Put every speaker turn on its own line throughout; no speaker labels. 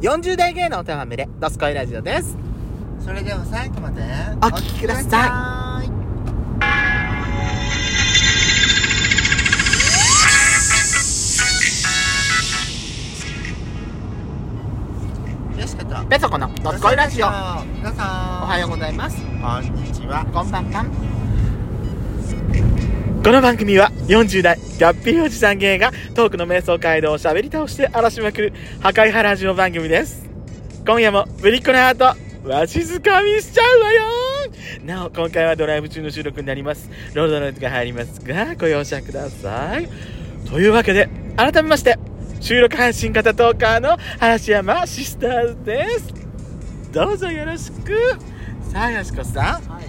40代芸能お手はめで、ドスコイラジオです。
それでは最後まで
お聞きくださ
いよしこと
ベソコのドスコイラジオ。お
皆さん
はようございます。
こんにちは
こんばんは。この番組は40代ギャッピーおじさん芸がトークの瞑想街道を喋り倒して荒らしまくる破壊派ラジオ番組です。今夜もぶりっ子なハート、わしづかみしちゃうわよなお、今回はドライブ中の収録になります。ロードノイズが入りますが、ご容赦ください。というわけで、改めまして、収録配信型トーカーの嵐山シスターズです。どうぞよろしく。さあ、よしこさん。
はい、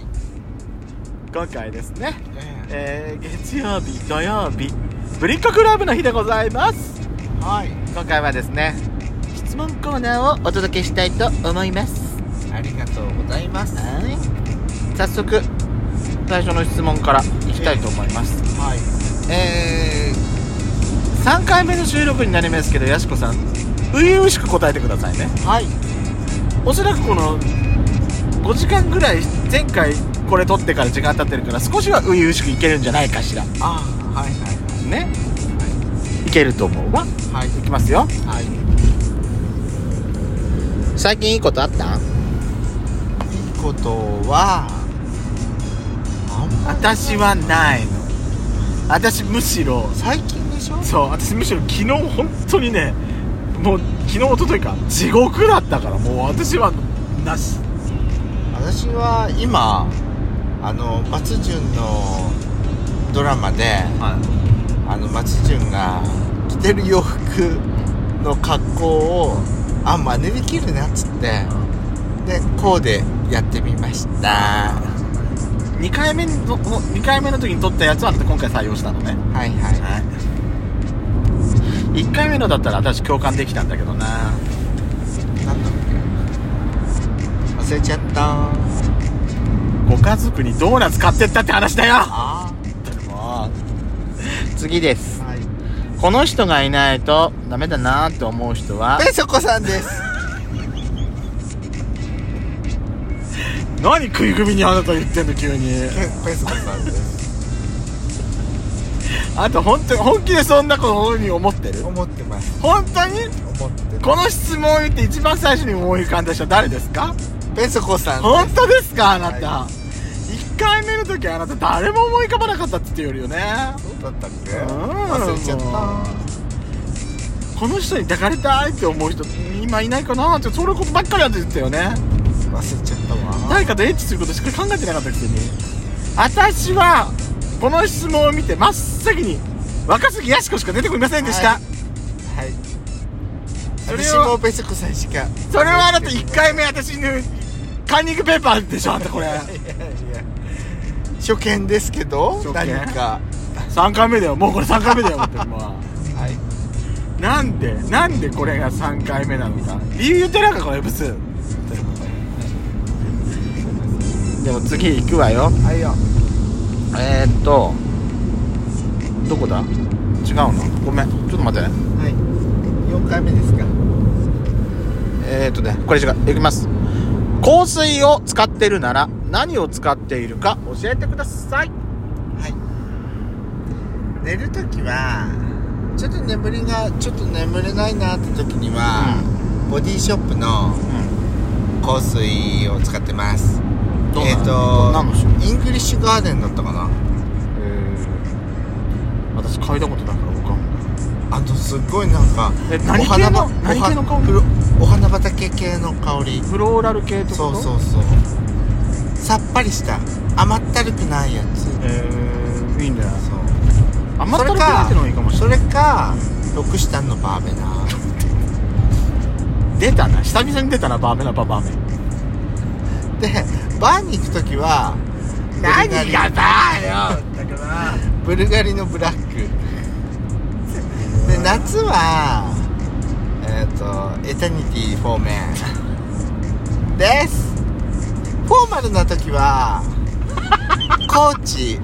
今回ですね、え
え
ー月曜日土曜日ぶりっ子クラブの日でございます
ー、はい
今回はですね質問コーナーをお届けしたいと思います
ありがとうございます
はい早速最初の質問からいきたいと思います
はい
えー、3回目の収録になりますけどやしこさん初々しく答えてくださいね
はい
おそらくこの5時間ぐらい前回これ撮ってから時間経ってるから少しは初々しくいけるんじゃないかしら
あーはいは
ねいけると思うわ
いはい
いきますよ
はい
最近いいことあった
いいことはあんまり
私はないの私むしろ
最近でしょ
そう私むしろ昨日本当にねもう昨日一昨日か地獄だったからもう私はなし
私は今あの松潤のドラマで
は
あの松潤が着てる洋服の格好をあ真似できるなっつってでこうでやってみましたはい
2回目の2回目の時に撮ったやつは今回採用したのね
はい
1回目のだったら私共感できたんだけどな
なんだっけ忘れちゃった
ご家族にドーナツ買ってったって話だよ
あーも
次です
うはい
この人がいないとダメだなって思う人は
ペソコさんです
何食い組にあなた言ってんの急に
ペソコさんです
あと本当に本気でそんなことに思ってる
思ってます
本当に
思ってま
この質問を言って一番最初に思い浮かんだ人は誰ですか
すペソコさん
本当ですかあなた
は
1回目の時あなた誰も思い浮かばなかったって言ってよりよね
そうだったっけ
うん
忘れちゃった
この人に抱かれたいって思う人今いないかなってそれことばっかりやって言ってたよね
忘れちゃったわ
誰かとエッチすることしか考えてなかったくせに私はこの質問を見て真っ先に若杉やしこしか出てこいませんでした、
はいはい
それ
私
を
もペソコさんしか
それはあなた1回目私にカンニングペーパーでしょあんたこれ
いやいや初見ですけど
初見
何か
3回目だよもうこれ3回目だよもう今
はい
なんでなんでこれが3回目なのか理由言ってなんかこれブスでも次行くわよ
はいよ
えー、っとどこだ違うなごめんちょっと待ってね
はい4回目ですか
えー、っとねこれ違ういきます香水を使ってるなら何を使っているか教えてください
はい寝るときはちょっと眠りがちょっと眠れないなって時には、ボディショップの香水を使ってます
どんな
えっ、ー、
どんなの
とイングリッシュガーデンだったかな
私嗅いだことだから分かんない
あとすっごいなんか
え何系の
お花ば
何系の香り
お花お花畑系の香り
フローラル系ってこと
そうそうそうさっぱりした甘ったるくないやつ
えー、いいんだよ
そう
甘ったるくないってのがいいかもしれ
そ
ない
れかロクシタンのバーベナ
出たな久々に出たなバーメなババーメ
ーでバーに行く時は
何
ブルガ
が
リ
だよだから
ブルガリのブラックで夏はえっ、とエタニティフォーメンですフォーマルな時はコーチ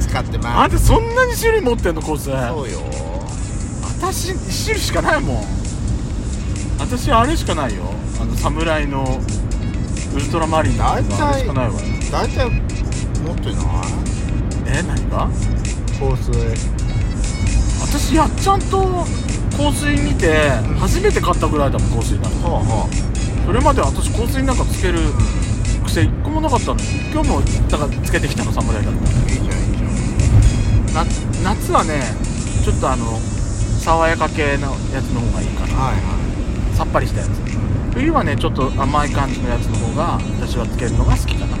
使って
あ
ま
ん
す
たそんなに種類持ってんの香水
そうよ
私一種類しかないもん私はあれしかないよあの侍のウルトラマリンのあれ
大
し
体
かないわ
大体持ってない
え何が
香水
私やっちゃんと香水見て初めて買ったぐらいだもん香水なんか
ほうほ
それまで私香水なんかつける癖一個もなかったのよ今日もだからつけてきたの侍だっ
ういいじゃんいいじゃん
たな夏はねちょっとあの爽やか系のやつの方がいいかな
はいは
さっぱりしたやつ冬はねちょっと甘い感じのやつの方が私はつけるのが好きかない
は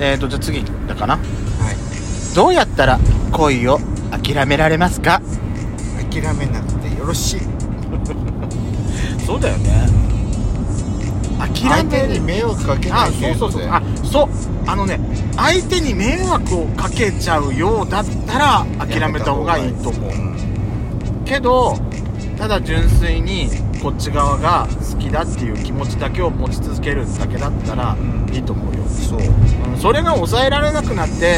えーとじゃあ次だかない
はい
どうやったら恋を諦められますか
はい諦めなくてよろしい
そうだよね諦
相
め
手
る
に迷惑かけな
あ
い
そうそうそう
程
あ
度
そうあのね相手に迷惑をかけちゃうようだったら
で
諦めた方がいいと思う
うん
けどただ純粋にこっち側が好きだっていう気持ちだけを持ち続けるだけだったら
うん
いいと思うよ、
そう
うんそれが抑えられなくなって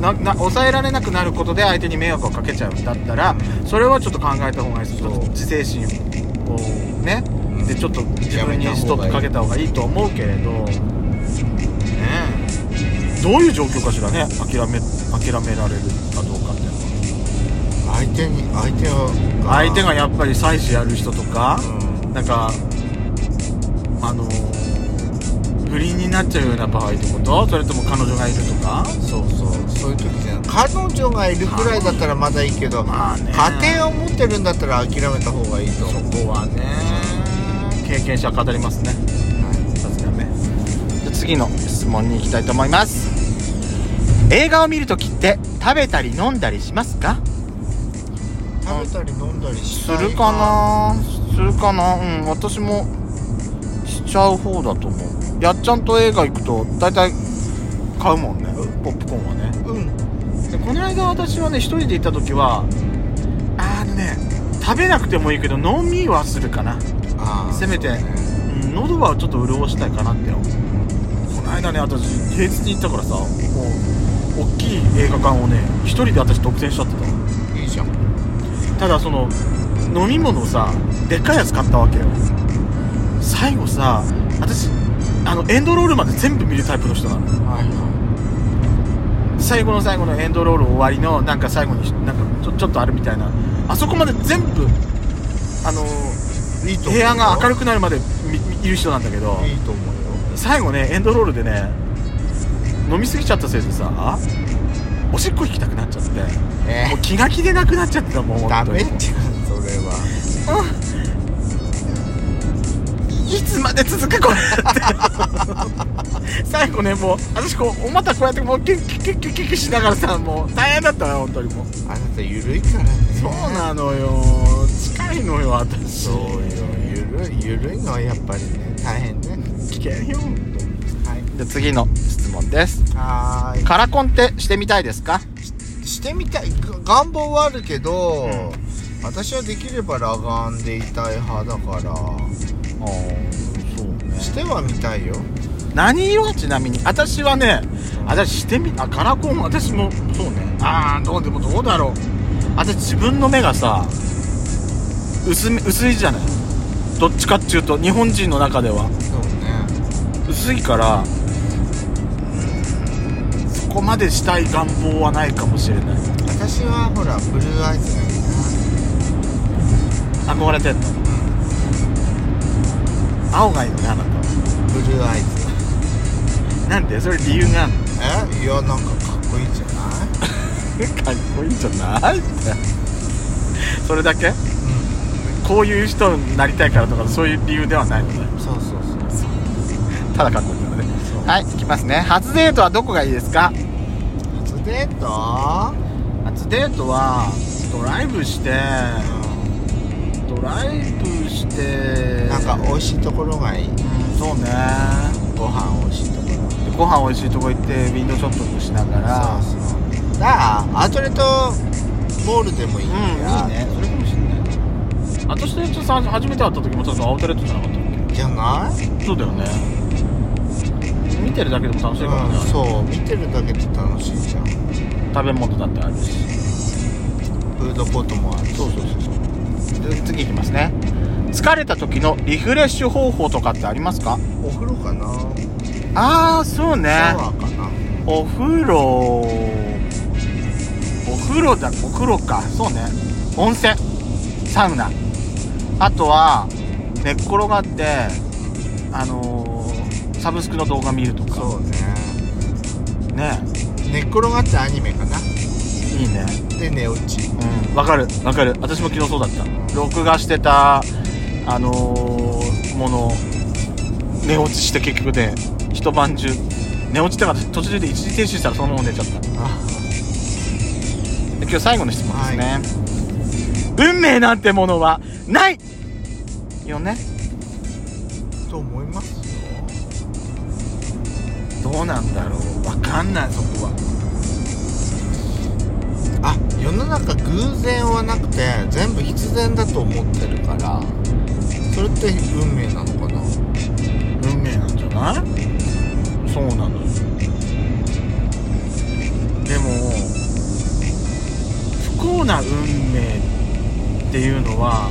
なな抑えられなくなることで相手に迷惑をかけちゃうんだったらそれはちょっと考えた方がいいですちょっと自制心をね
うん
でちょっと自分にストップかけた方がいいと思うけれどねえどういう状況かしらね諦め諦められるかどうかっていうの
相手に相手を
は相手がやっぱり妻子やる人とか
うん
なんかあの不倫になっちゃうような場合ってことそれとも彼女がいるとか
そうそうそういう時じゃない彼女がいるくらいだったらまだいいけど、
まあね
家庭を持ってるんだったら諦めた方がいいと思う
ここはね経験者語りますねさすがねじゃあ次の質問に行きたいと思います映画を見るときって食べたり飲んだりしますか
はい食べたり飲んだりし
す
たい
るかなするかなうん私もしちゃう方だと思うやっちゃんと映画行くと大体買うもんねポップコーンはね
うん
でこの間私はね一人で行った時はあのね食べなくてもいいけど飲みはするかな
あー
せめて
そうね
うん喉はちょっと潤したいかなって思うこの間ね私平日に行ったからさもう大きい映画館をね一人で私独占しちゃって
いいじゃん
たただその飲み物をさでっかいやつ買ったわけよ最後さ私あのエンドロールまで全部見るタイプの人なの
はいは
最後の最後のエンドロール終わりのなんか最後になんかちょちょっとあるみたいなあそこまで全部あの
いいと思う
部屋が明る
く
くなるまで見見いる人なんだけど
いいと思うよ
最後ねエンドロールでね飲みすぎちゃったせいでさおしっこ行きたくなっちゃって、
え
もう気が気でなくなっちゃってたもん
ー、ダメっ
本当に
てそれは
うんいつまで続くこれって 最後ねもう私こうお股こうやってもうキュッキュッキュッキュッキュッキュッしながらさもう大変だったわよ本当にもう
あなたゆるいからね
そうなのよ近いのよ私
そうよゆるいゆるいのはやっぱりね大変ね
危険よ
はい
じゃあ次の質問です
はーい
カラコンってしてみたいですか
してみたいが願望はあるけど、
ん
私はできれば裸眼でいたい派だから
ああそうね
してはみたいよ
何色ちなみに私はね私してみあカラコン私もそうねああどうでもどうだろう私自分の目がさ薄め薄いじゃないどっちかっていうと日本人の中では
そうね
薄いからうーんそこまでしたい願望はないかもしれない
私はほらブルーアイズが
憧れてんの青がいいのねあなたはい
いなブルーアイズ
なんでそれ理由があんの
えいやなんかかっこいいんじゃない
かっこいいんじゃないってそれだけこういう人になりたいからとかそういう理由ではないのね
うんそうそうそう
ただかっこいいからね
そう
はいいきますね初デートはどこがいいですか
初デート
初デートはドライブして
う
ドライブして
んなんか美味しいところがいい
うんそうね
ご飯美味しいところ
でご飯美味しいとこ行ってウィンドウショッピングしながら
そうそうだからアウトレットモールでもいいや
それかもしんない私とさん初めて会った時も確かアウトレットじゃなかったっ
じゃない
けそうだよね見てるだけでも楽しいからね、
うん、そう見てるだけで楽しいじゃん
食べ物だってあるし
フードコートもあるし
そうそう
次いきますね
疲れた時のリフレッシュ方法とかってありますか
お風呂かな
ああそうね
シャワーかな
お風呂お風呂だお風呂かそうね温泉サウナあとは寝っ転がってあのーサブスクの動画見るとか
そうね
ね
寝っ転がってアニメかない
いね
で寝落ち
うんわかるわかる私も昨日そうだった録画してたあのーもの寝落ちして結局で一晩中寝落ちってか途中で一時停止したらそのまま寝ちゃった
あ
で今日最後の質問ですね、運命なんてものはないよね
と思いますよ
どうなんだろうわかんないそこは
あ世の中偶然はなくて全部必然だと思ってるからそれって運命なのかな
運命なんじゃないそうなのよでも不幸な運命っていうのは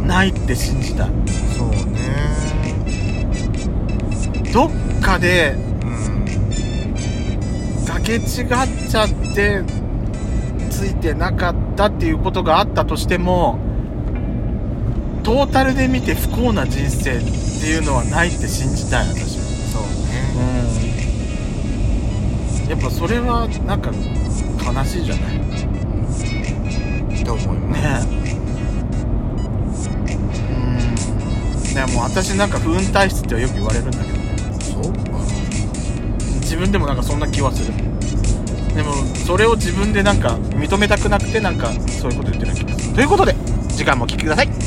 うん
ないって信じたい
そうね
どっかで
うん
だけ違っちゃってついてなかったっていうことがあったとしてもトータルで見て不幸な人生っていうのはないって信じたい私は
そう
うん
ね
やっぱそれはなんか悲しいじゃないね
と思います
うんでも私なんか不運体質ってよく言われるんだけど
そうか
自分でもなんかそんな気はするでもそれを自分でなんか認めたくなくてなんかそういうこと言ってる気がするということで時間もお聞きください